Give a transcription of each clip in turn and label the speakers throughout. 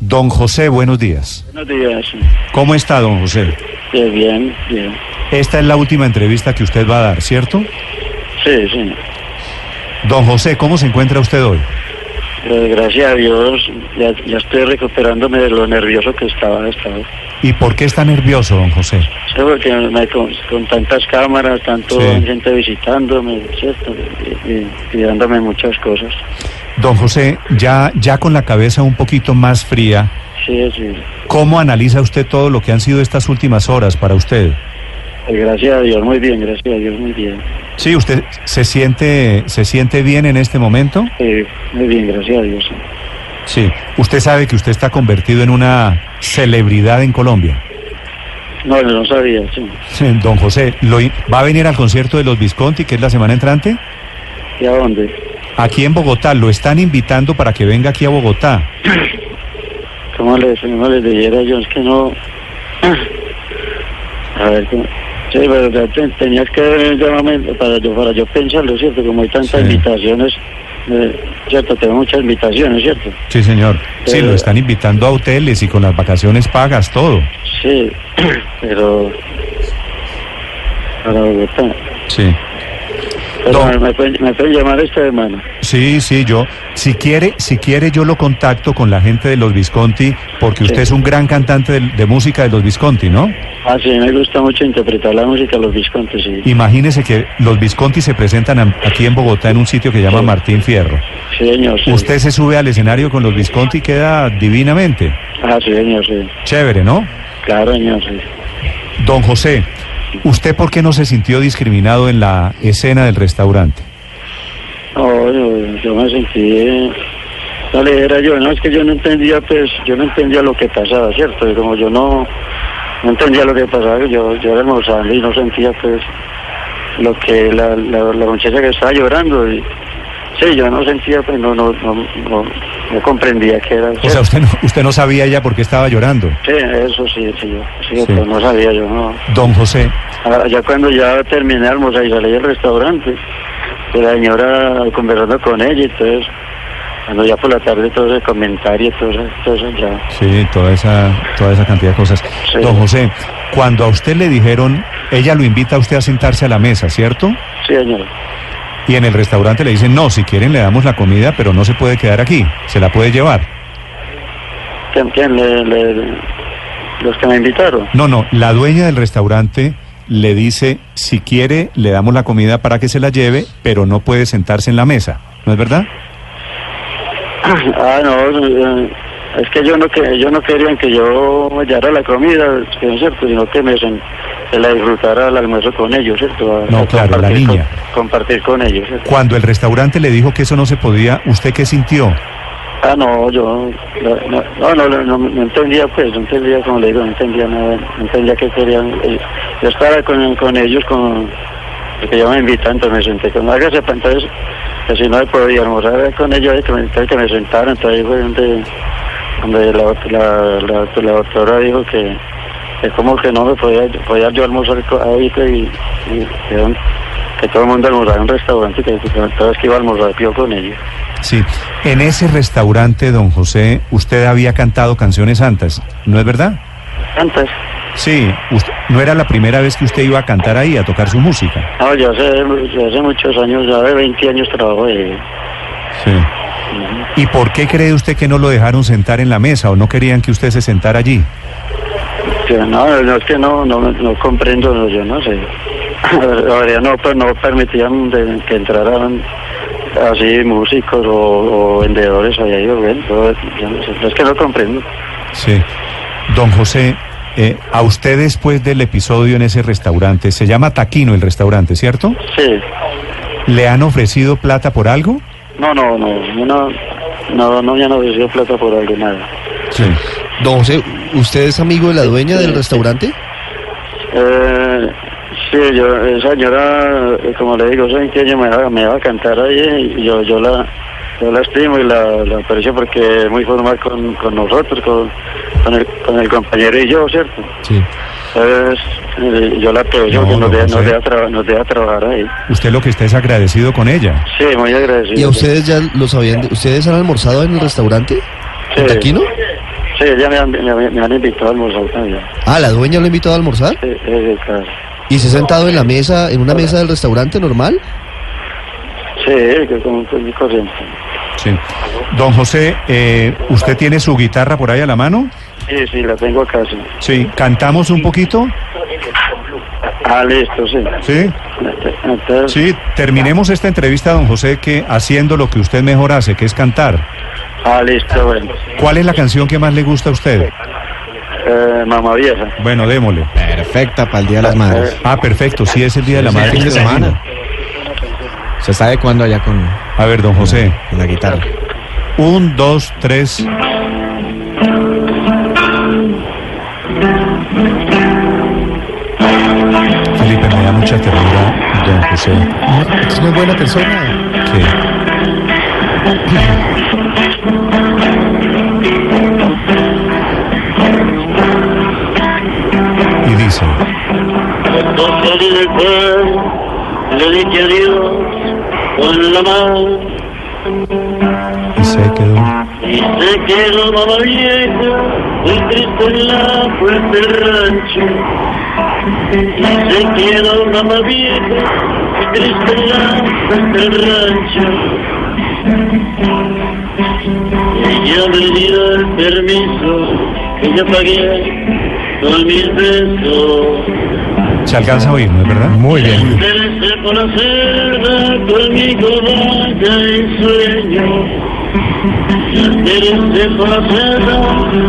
Speaker 1: Don José, buenos días.
Speaker 2: Buenos días.
Speaker 1: ¿Cómo está, don José?
Speaker 2: Sí, bien, bien.
Speaker 1: Esta es la última entrevista que usted va a dar, ¿cierto?
Speaker 2: Sí, sí.
Speaker 1: Don José, ¿cómo se encuentra usted hoy?
Speaker 2: Eh, gracias a Dios, ya, ya estoy recuperándome de lo nervioso que estaba. estaba.
Speaker 1: ¿Y por qué está nervioso, don José?
Speaker 2: Sí, porque me- con, con tantas cámaras, tanto
Speaker 1: Sí.
Speaker 2: gente visitándome, ¿cierto? Y, y- y dándome muchas cosas.
Speaker 1: Don José, ya, ya con la cabeza un poquito más fría,
Speaker 2: Sí, sí.
Speaker 1: ¿cómo analiza usted todo lo que han sido estas últimas horas para usted?
Speaker 2: Eh, Gracias a Dios, muy bien, gracias a Dios, muy bien.
Speaker 1: Sí, usted se siente, se siente bien en este momento.
Speaker 2: Eh, muy bien, gracias a Dios. sí.
Speaker 1: Sí. Usted sabe que usted está convertido en una celebridad en Colombia.
Speaker 2: No, no sabía, sí.
Speaker 1: Don José, lo i- ¿va a venir al concierto de los Visconti, que es la semana entrante?
Speaker 2: ¿Y a dónde?
Speaker 1: Aquí en Bogotá, lo están invitando para que venga aquí a Bogotá.
Speaker 2: ¿Cómo les, cómo les dijera yo? Es que no... Ah. A ver, ¿cómo? sí, pero ya te- tenías que haber llamado para yo, para yo pensarlo, ¿cierto? Como hay tantas
Speaker 1: Sí.
Speaker 2: invitaciones, eh, ¿cierto? Tengo muchas invitaciones, ¿cierto?
Speaker 1: Sí, señor. Sí,
Speaker 2: Eh.
Speaker 1: lo están invitando a hoteles y con las vacaciones pagas, todo.
Speaker 2: Sí, pero... Para Bogotá.
Speaker 1: Sí.
Speaker 2: Pero
Speaker 1: Don-
Speaker 2: me, pueden, me pueden llamar este esta semana.
Speaker 1: Sí, sí, yo. Si quiere, si quiere, yo lo contacto con la gente de los Visconti, porque usted
Speaker 2: Sí.
Speaker 1: es un gran cantante de, de música de los Visconti, ¿no?
Speaker 2: Ah, sí, me gusta mucho interpretar la música, los viscontes, sí.
Speaker 1: Imagínese que los Visconti se presentan am- aquí en Bogotá en un sitio que llama
Speaker 2: Sí.
Speaker 1: Martín Fierro.
Speaker 2: Sí, señor. sí.
Speaker 1: Usted se sube al escenario con los Visconti y queda divinamente.
Speaker 2: Ah, sí, señor, sí.
Speaker 1: Chévere, ¿no?
Speaker 2: Claro, señor, sí.
Speaker 1: Don José, ¿usted por qué no se sintió discriminado en la escena del restaurante?
Speaker 2: No, yo, yo me sentí... eh, No le era yo, no, es que yo no entendía, pues, yo no entendía lo que pasaba, ¿cierto? Y como yo no, no entendía lo que pasaba, yo, yo era almorzando y no sentía, pues, lo que la, la, la muchacha que estaba llorando. Y, sí, yo no sentía, pues, no, no, no, no, no comprendía que era.
Speaker 1: O sea, usted no, usted no sabía ya por qué estaba llorando.
Speaker 2: Sí, eso sí, sí, yo, sí,
Speaker 1: Sí.
Speaker 2: pues, no sabía yo, no.
Speaker 1: Don José,
Speaker 2: Ah, Ya cuando ya terminé de almorzar y salí del restaurante, pues la señora conversando con ella, entonces, cuando ya por la tarde todo ese comentario, todo eso, todo eso ya.
Speaker 1: sí, toda esa, toda esa cantidad de cosas.
Speaker 2: Sí.
Speaker 1: Don José, cuando a usted le dijeron, ella lo invita a usted a sentarse a la mesa, ¿cierto?
Speaker 2: Sí, señor.
Speaker 1: Y en el restaurante le dicen, no, si quieren le damos la comida, pero no se puede quedar aquí, se la puede llevar.
Speaker 2: ¿Quién, quién le, le- los que me invitaron?
Speaker 1: No, no, la dueña del restaurante le dice, si quiere le damos la comida para que se la lleve, pero no puede sentarse en la mesa, ¿no es verdad?
Speaker 2: Ah, no, eh, es que yo no que yo no querían que yo hallara la comida, que es ¿cierto? Sino que me sen- que la disfrutara el almuerzo con ellos, ¿cierto? A-
Speaker 1: No,
Speaker 2: a
Speaker 1: claro, la
Speaker 2: compartir con-
Speaker 1: niña.
Speaker 2: compartir con ellos, ¿cierto?
Speaker 1: Cuando el restaurante le dijo que eso no se podía, ¿usted qué sintió?
Speaker 2: Ah, no, yo no, no, no, no, no entendía, pues, no entendía, como le digo, no entendía nada, no entendía qué querían. eh, Yo estaba con, con ellos, con porque yo me invitan, entonces me senté con hágase, pues, entonces, que si no podía almorzar con ellos, eh, que me, entonces, que me sentaron, entonces ahí fue donde, donde la, la, la, la doctora dijo que, que como que no me podía, podía yo almorzar co- ahí, que, y, y- que, que todo el mundo almorzaba en un restaurante, que, que entonces que iba a almorzar yo con ellos.
Speaker 1: Sí, en ese restaurante, don José, usted había cantado canciones santas, ¿no es verdad?
Speaker 2: Antes.
Speaker 1: Sí, usted- no era la primera vez que usted iba a cantar ahí, a tocar su música.
Speaker 2: No, yo hace, yo hace muchos años, ya de 20 años trabajo de...
Speaker 1: Sí. ¿Y por qué cree usted que no lo dejaron sentar en la mesa o no querían que usted se sentara allí?
Speaker 2: yo no, no, es que no, no, no comprendo, no, yo no sé. La verdad no, pues no permitían de- que entraran así músicos o, o vendedores allá. Yo, bueno, yo- yo no sé, no, es que no comprendo.
Speaker 1: Sí. Don José, eh, a usted después del episodio en ese restaurante, se llama Taquino el restaurante, ¿cierto?
Speaker 2: Sí,
Speaker 1: ¿Le han ofrecido plata por algo?
Speaker 2: no, no, no, yo no, no, no me han ofrecido plata por algo, nada.
Speaker 1: Sí.
Speaker 3: Don José, ¿usted es amigo de la dueña del restaurante?
Speaker 2: Eh, sí, yo, esa señora, eh, como le digo, saben que ella me va, me va a cantar ahí y yo, yo la yo la estimo y la, la aprecio porque es muy formal con, con nosotros, con, con, el, con el compañero y yo, ¿cierto?
Speaker 3: Sí.
Speaker 2: Entonces, eh, yo la aprecio
Speaker 1: No,
Speaker 2: porque nos,
Speaker 1: don
Speaker 2: deja, nos,
Speaker 1: José.
Speaker 2: deja traba- nos deja trabajar ahí.
Speaker 1: Usted lo que está es agradecido con ella.
Speaker 2: Sí, muy agradecido.
Speaker 3: ¿Y a ustedes ya los habían, ustedes han almorzado en el restaurante?
Speaker 2: Sí.
Speaker 3: ¿En Taquino?
Speaker 2: Sí, ya me han, me, han- me han invitado a almorzar también.
Speaker 3: Ah, la dueña lo ha invitado a almorzar.
Speaker 2: Sí, sí, claro.
Speaker 3: ¿Y se ha sentado en la mesa, en una mesa del restaurante normal?
Speaker 2: Sí, que como muy corriente.
Speaker 1: Sí. Don José, eh, ¿usted tiene su guitarra por ahí a la mano?
Speaker 2: Sí, sí, la tengo acá, sí.
Speaker 1: Sí. ¿Cantamos un poquito?
Speaker 2: Ah, listo, sí.
Speaker 1: Sí.
Speaker 2: Entonces,
Speaker 1: Sí, terminemos esta entrevista, don José, que haciendo lo que usted mejor hace, que es cantar.
Speaker 2: Ah, listo, bueno.
Speaker 1: ¿Cuál es la canción que más le gusta a usted?
Speaker 2: Eh, mamá vieja.
Speaker 1: Bueno, démosle.
Speaker 4: Perfecta para el Día de las Madres.
Speaker 1: Ah, perfecto, sí es el Día de la
Speaker 4: Sí,
Speaker 1: Madre.
Speaker 4: fin de semana. Se está adecuando allá con,
Speaker 1: A ver, don José.
Speaker 4: con la guitarra.
Speaker 1: Un, dos, tres. Felipe, me da mucha ternura, don José,
Speaker 3: Es una buena persona.
Speaker 1: que y dice,
Speaker 2: Entonces y después le dije adiós con la mano
Speaker 1: y se quedó.
Speaker 2: y se quedó mamá vieja muy triste en la puerta del rancho. Y se quedó mamá vieja muy triste en la puerta del rancho. Ella me dio el permiso que yo pagué con mis besos.
Speaker 1: Se alcanza a oír, ¿no es verdad? Muy bien.
Speaker 2: Desde por la cerda conmigo vaya el sueño. Desde por la cerda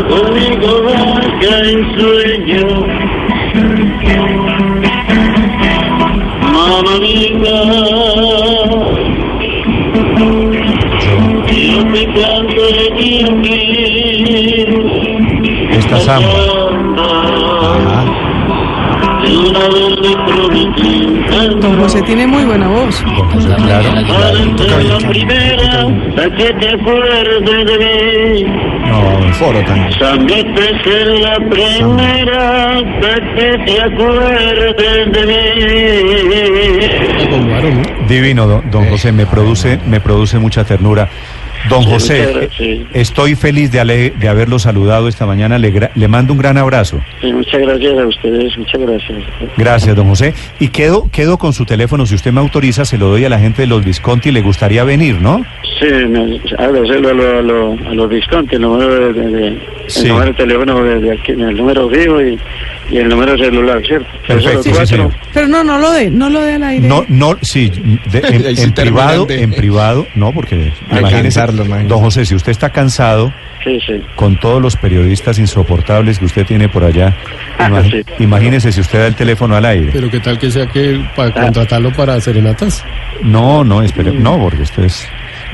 Speaker 2: conmigo vaya el sueño. Mamá mía, yo te canto de ti a ti.
Speaker 1: Esta samba.
Speaker 2: Samba, de una vez le prometí
Speaker 5: Don José tiene muy buena voz.
Speaker 1: Don
Speaker 4: Pues,
Speaker 1: José, claro.
Speaker 2: Para la primera, la que te acuerdes de mí.
Speaker 1: No, don José.
Speaker 4: Foro también.
Speaker 2: Sabete ser la primera, la que te acuerdes de mí.
Speaker 1: Divino, don, don José, me produce, me produce mucha ternura. Don
Speaker 2: muchas
Speaker 1: José,
Speaker 2: gracias.
Speaker 1: eh, estoy feliz de, ale- de haberlo saludado esta mañana. Le, gra- le mando un gran abrazo.
Speaker 2: Y muchas gracias a ustedes, muchas gracias.
Speaker 1: Gracias, don José. Y quedo, quedo con su teléfono. Si usted me autoriza, se lo doy a la gente de los Visconti. Le gustaría venir, ¿no?
Speaker 2: Sí, me- agradecelo a, lo, a, lo, a los Visconti, el número de, de- de-
Speaker 1: Sí.
Speaker 2: el número de teléfono de, de aquí, el número vivo y, y el número celular, ¿cierto?
Speaker 1: Perfecto, sí,
Speaker 2: 04.
Speaker 1: señor.
Speaker 5: Pero no, no lo dé, no lo dé al aire.
Speaker 1: No, no, sí, de- en,
Speaker 4: Ahí sí
Speaker 1: en
Speaker 4: terminan
Speaker 1: privado,
Speaker 4: de-
Speaker 1: en privado, no, porque
Speaker 4: De
Speaker 1: imagínese,
Speaker 4: cansarlo, imagínese.
Speaker 1: don José, si usted está cansado,
Speaker 2: Sí, sí.
Speaker 1: con todos los periodistas insoportables que usted tiene por allá.
Speaker 2: Ah,
Speaker 1: imagi-
Speaker 2: sí.
Speaker 1: Imagínese si usted da el teléfono al aire.
Speaker 6: Pero qué tal que sea que para contratarlo para serenatas.
Speaker 1: No, no, espere, no, porque usted es...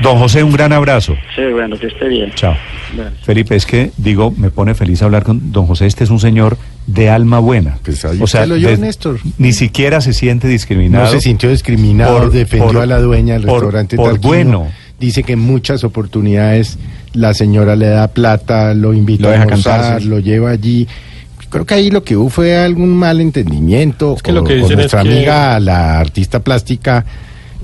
Speaker 1: Don José, un gran abrazo.
Speaker 2: Sí, bueno, que esté bien.
Speaker 1: Chao.
Speaker 2: Bueno.
Speaker 1: Felipe, es que digo, me pone feliz hablar con don José. Este es un señor de alma buena.
Speaker 6: Pues ahí usted lo oyó, Néstor.
Speaker 1: ni siquiera se siente discriminado.
Speaker 6: No se sintió discriminado,
Speaker 1: Por-
Speaker 6: defendió
Speaker 1: por-
Speaker 6: a la dueña del
Speaker 1: por-
Speaker 6: restaurante.
Speaker 1: por
Speaker 6: Tarquino.
Speaker 1: bueno.
Speaker 6: Dice que en muchas oportunidades la señora le da plata, lo invita
Speaker 4: Lo
Speaker 6: a
Speaker 4: deja
Speaker 6: almorzar,
Speaker 4: cantar, sí.
Speaker 6: lo lleva allí. Creo que ahí lo que hubo fue algún malentendimiento.
Speaker 7: que lo
Speaker 6: o-
Speaker 7: que
Speaker 6: o
Speaker 7: dicen es
Speaker 6: nuestra
Speaker 7: que-
Speaker 6: amiga, la artista plástica,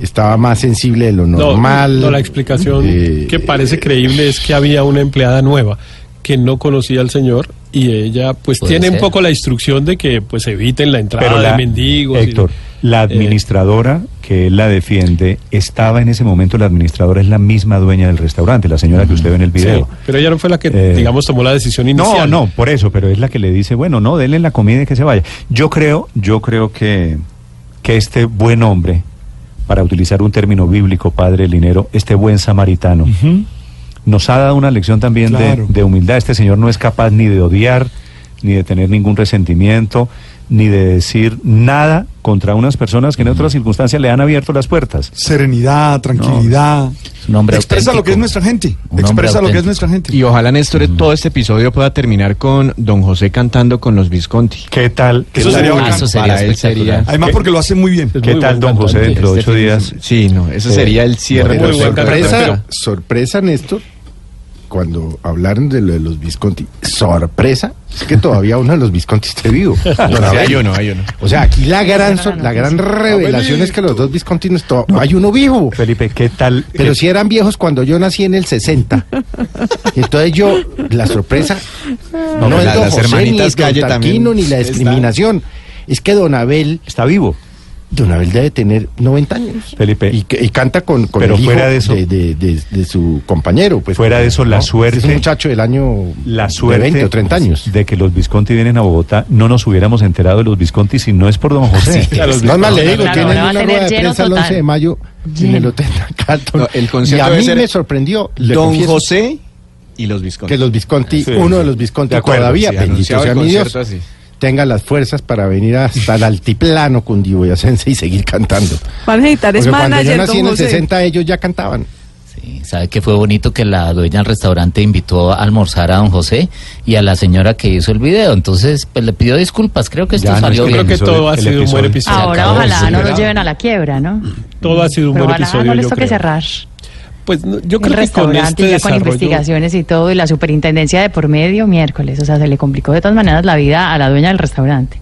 Speaker 6: estaba más sensible de lo normal.
Speaker 7: No, la explicación
Speaker 6: Eh,
Speaker 7: que parece creíble es que había una empleada nueva que no conocía al señor y ella pues
Speaker 3: Puede
Speaker 7: tiene
Speaker 3: ser.
Speaker 7: un poco la instrucción de que pues eviten la entrada
Speaker 1: Pero la,
Speaker 7: de mendigos. y-
Speaker 1: Héctor, la
Speaker 7: eh,
Speaker 1: administradora que él la defiende estaba en ese momento, la administradora es la misma dueña del restaurante, la señora que usted ve en el
Speaker 7: sí,
Speaker 1: video.
Speaker 7: pero ella no fue la que,
Speaker 1: Eh,
Speaker 7: digamos, tomó la decisión
Speaker 1: No,
Speaker 7: inicial.
Speaker 1: no, por eso, pero es la que le dice, bueno, no, denle la comida y que se vaya. Yo creo, yo creo que, que este buen hombre, para utilizar un término bíblico, padre Linero, este buen samaritano, nos ha dado una lección también de-
Speaker 4: Claro.
Speaker 1: de, humildad. Este señor no es capaz ni de odiar, ni de tener ningún resentimiento, ni de decir nada contra unas personas que en otras circunstancias le han abierto las puertas.
Speaker 8: Serenidad, tranquilidad.
Speaker 4: un hombre
Speaker 8: Expresa lo
Speaker 4: auténtico.
Speaker 8: que es nuestra gente.
Speaker 4: Un
Speaker 8: Expresa
Speaker 4: hombre
Speaker 8: lo que es
Speaker 4: auténtico.
Speaker 8: nuestra gente.
Speaker 4: Y ojalá, Néstor, todo este episodio pueda terminar con Don José cantando con los Visconti. Ah,
Speaker 1: ¿Qué tal?
Speaker 8: Eso
Speaker 1: ¿Qué
Speaker 8: sería
Speaker 1: tal-
Speaker 8: bacán.
Speaker 4: eso sería
Speaker 7: Para él sería-
Speaker 4: espectacular.
Speaker 8: Además, porque lo hace muy bien.
Speaker 7: Es
Speaker 1: ¿Qué
Speaker 7: muy
Speaker 1: tal
Speaker 7: buen
Speaker 1: Don José
Speaker 7: cantante.
Speaker 1: dentro de ocho días?
Speaker 4: Sí, no, ese sería el cierre.
Speaker 7: Muy
Speaker 6: Pero
Speaker 7: buen cantante.
Speaker 6: sorpresa, sorpresa, Néstor, cuando hablaron de lo de los Visconti, sorpresa, es que todavía uno de los Visconti esté vivo. Don
Speaker 4: Sí,
Speaker 6: Abel.
Speaker 4: hay uno, hay uno.
Speaker 6: O sea, aquí la gran, sor- la gran revelación es que los dos Visconti no esto- hay uno vivo.
Speaker 1: Felipe, ¿qué tal?
Speaker 6: Pero si eran viejos cuando yo nací en el 60. Y Entonces yo, la sorpresa, no,
Speaker 4: pues la-
Speaker 6: es don
Speaker 4: las
Speaker 6: José, ni
Speaker 4: hermanitas
Speaker 6: es don
Speaker 4: Calle
Speaker 6: Tarquino,
Speaker 4: también
Speaker 6: ni la discriminación. Es que Don Abel,
Speaker 1: Está vivo.
Speaker 6: Don Abel debe tener 90 años.
Speaker 1: Felipe.
Speaker 6: Y, que- y canta con, con
Speaker 1: Pero
Speaker 6: el hijo
Speaker 1: fuera de eso-
Speaker 6: de, de- de- de su compañero. Pues,
Speaker 1: Fuera de eso, la suerte-
Speaker 6: Es un muchacho del año
Speaker 1: La
Speaker 6: de
Speaker 1: suerte
Speaker 6: 20 o 30 años.
Speaker 1: de que los Visconti vienen a Bogotá, no nos hubiéramos enterado de los Visconti si no es por don José.
Speaker 7: A los
Speaker 6: No es más, le digo,
Speaker 9: Claro,
Speaker 6: tienen
Speaker 9: ahora va a
Speaker 6: una
Speaker 9: tener
Speaker 6: rueda de
Speaker 9: lleno
Speaker 6: prensa el
Speaker 9: total.
Speaker 6: 11 de mayo en el Hotel Carlton.
Speaker 4: No, el
Speaker 6: y
Speaker 4: concierto
Speaker 6: a
Speaker 4: debe
Speaker 6: mí
Speaker 4: ser
Speaker 6: me sorprendió, le
Speaker 4: Don
Speaker 6: confieso,
Speaker 4: José y los Visconti.
Speaker 6: que los Visconti,
Speaker 1: Sí.
Speaker 6: uno de los Visconti
Speaker 1: De acuerdo,
Speaker 6: todavía,
Speaker 4: sí,
Speaker 6: bendito
Speaker 4: anunciaba
Speaker 6: sea
Speaker 4: el
Speaker 6: mi Dios,
Speaker 4: concierto así.
Speaker 6: tenga las fuerzas para venir hasta el altiplano cundiboyacense y seguir cantando.
Speaker 5: Van a necesitar es
Speaker 6: Porque cuando yo
Speaker 5: manager,
Speaker 6: nací
Speaker 5: don
Speaker 6: en el
Speaker 5: José.
Speaker 6: 60 ellos ya cantaban.
Speaker 9: Sí, sabe que fue bonito que la dueña del restaurante invitó a almorzar a don José y a la señora que hizo el video. Entonces, pues le pidió disculpas. Creo que esto
Speaker 1: Ya no
Speaker 9: salió
Speaker 1: es
Speaker 7: Yo creo
Speaker 9: bien.
Speaker 7: que
Speaker 1: El
Speaker 7: todo ha
Speaker 1: episodio-
Speaker 7: sido un buen
Speaker 1: el
Speaker 7: episodio.
Speaker 9: Ahora,
Speaker 7: Todo
Speaker 9: ojalá
Speaker 7: ha sido-
Speaker 9: no los lleven a la
Speaker 10: quiebra, ¿no?
Speaker 7: Todo ha sido un
Speaker 10: Pero
Speaker 7: buen
Speaker 10: ojalá
Speaker 7: episodio.
Speaker 10: no les
Speaker 7: yo
Speaker 10: toque
Speaker 7: creo.
Speaker 10: cerrar
Speaker 7: Pues no, yo
Speaker 10: el
Speaker 7: creo que con
Speaker 10: restaurante
Speaker 7: este
Speaker 10: ya con
Speaker 7: desarrollo
Speaker 10: investigaciones y todo y la superintendencia de por medio miércoles. O sea, se le complicó de todas maneras la vida a la dueña del restaurante.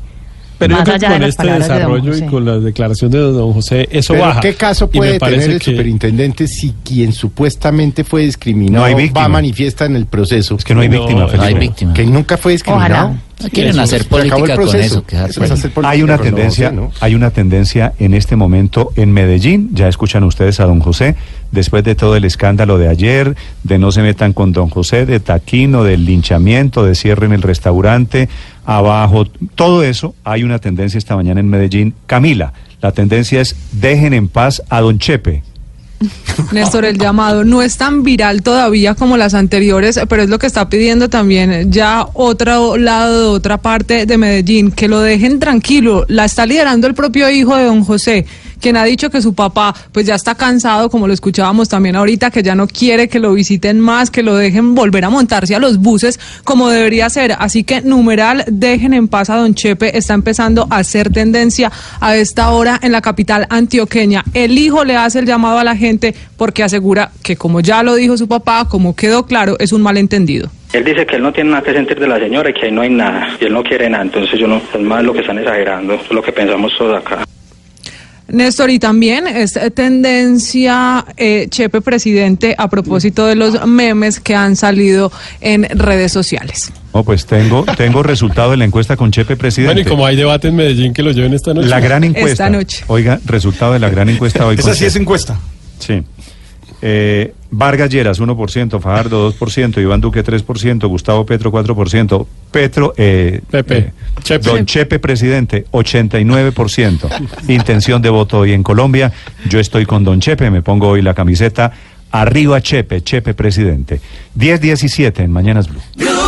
Speaker 7: Pero yo
Speaker 10: Más
Speaker 7: creo
Speaker 10: allá
Speaker 7: que
Speaker 10: de
Speaker 7: con
Speaker 10: las
Speaker 7: este
Speaker 10: palabras de don
Speaker 7: desarrollo y
Speaker 10: José.
Speaker 7: con la declaración de don José, eso
Speaker 6: Pero
Speaker 7: baja.
Speaker 6: ¿qué caso
Speaker 7: Y me
Speaker 6: puede
Speaker 7: parece
Speaker 6: tener el
Speaker 7: que-
Speaker 6: superintendente si quien supuestamente fue
Speaker 1: No
Speaker 6: discriminado
Speaker 1: hay
Speaker 6: va
Speaker 1: víctima.
Speaker 6: a manifiesta en el proceso?
Speaker 1: Es que no hay
Speaker 7: No,
Speaker 1: víctima,
Speaker 7: no
Speaker 1: Felipe.
Speaker 9: No hay víctima.
Speaker 6: Que nunca fue discriminado.
Speaker 10: Ojalá.
Speaker 9: No quieren
Speaker 7: Eso,
Speaker 9: hacer
Speaker 6: Se acabó
Speaker 9: política
Speaker 6: el
Speaker 9: con
Speaker 6: proceso.
Speaker 9: eso. quedarse
Speaker 6: Eso es
Speaker 9: ahí.
Speaker 6: hacer política
Speaker 1: Hay una
Speaker 6: con don
Speaker 1: tendencia,
Speaker 6: José, ¿no?
Speaker 1: hay una tendencia en este momento en Medellín, ya escuchan ustedes a don José, después de todo el escándalo de ayer, de no se metan con don José, de taquino, del linchamiento, de cierre en el restaurante, abajo, todo eso, hay una tendencia esta mañana en Medellín. Camila, la tendencia es dejen en paz a don Chepe.
Speaker 5: Néstor, el llamado no es tan viral todavía como las anteriores, pero es lo que está pidiendo también ya otro lado de otra parte de Medellín, que lo dejen tranquilo. La está liderando el propio hijo de don José, quien ha dicho que su papá pues ya está cansado, como lo escuchábamos también ahorita, que ya no quiere que lo visiten más, que lo dejen volver a montarse a los buses como debería ser. Así que numeral, dejen en paz a don Chepe, está empezando a hacer tendencia a esta hora en la capital antioqueña. El hijo le hace el llamado a la gente porque asegura que como ya lo dijo su papá, como quedó claro, es un malentendido.
Speaker 2: Él dice que él no tiene nada que sentir de la señora y que ahí no hay nada. Y él no quiere nada. Entonces yo no, es más lo que están exagerando, es lo que pensamos todos acá.
Speaker 5: Néstor, y también es tendencia, eh, Chepe presidente, a propósito de los memes que han salido en redes sociales.
Speaker 1: No, pues tengo, tengo resultado de la encuesta con Chepe presidente.
Speaker 7: Bueno, y como hay debate en Medellín que lo lleven esta noche.
Speaker 1: La gran encuesta.
Speaker 5: Esta noche.
Speaker 1: Oiga, resultado de la gran encuesta hoy.
Speaker 8: Esa
Speaker 1: con
Speaker 8: sí es
Speaker 1: Chepe.
Speaker 8: encuesta.
Speaker 1: Sí. Eh, Vargas Lleras 1%, Fajardo 2%, Iván Duque 3%, Gustavo Petro 4%, Petro, eh,
Speaker 7: Pepe,
Speaker 1: eh,
Speaker 7: Chepe.
Speaker 1: Don Chepe presidente 89%, intención de voto hoy en Colombia, yo estoy con Don Chepe, me pongo hoy la camiseta, arriba Chepe, Chepe presidente, 10-17 en Mañanas Blue.
Speaker 11: Blue,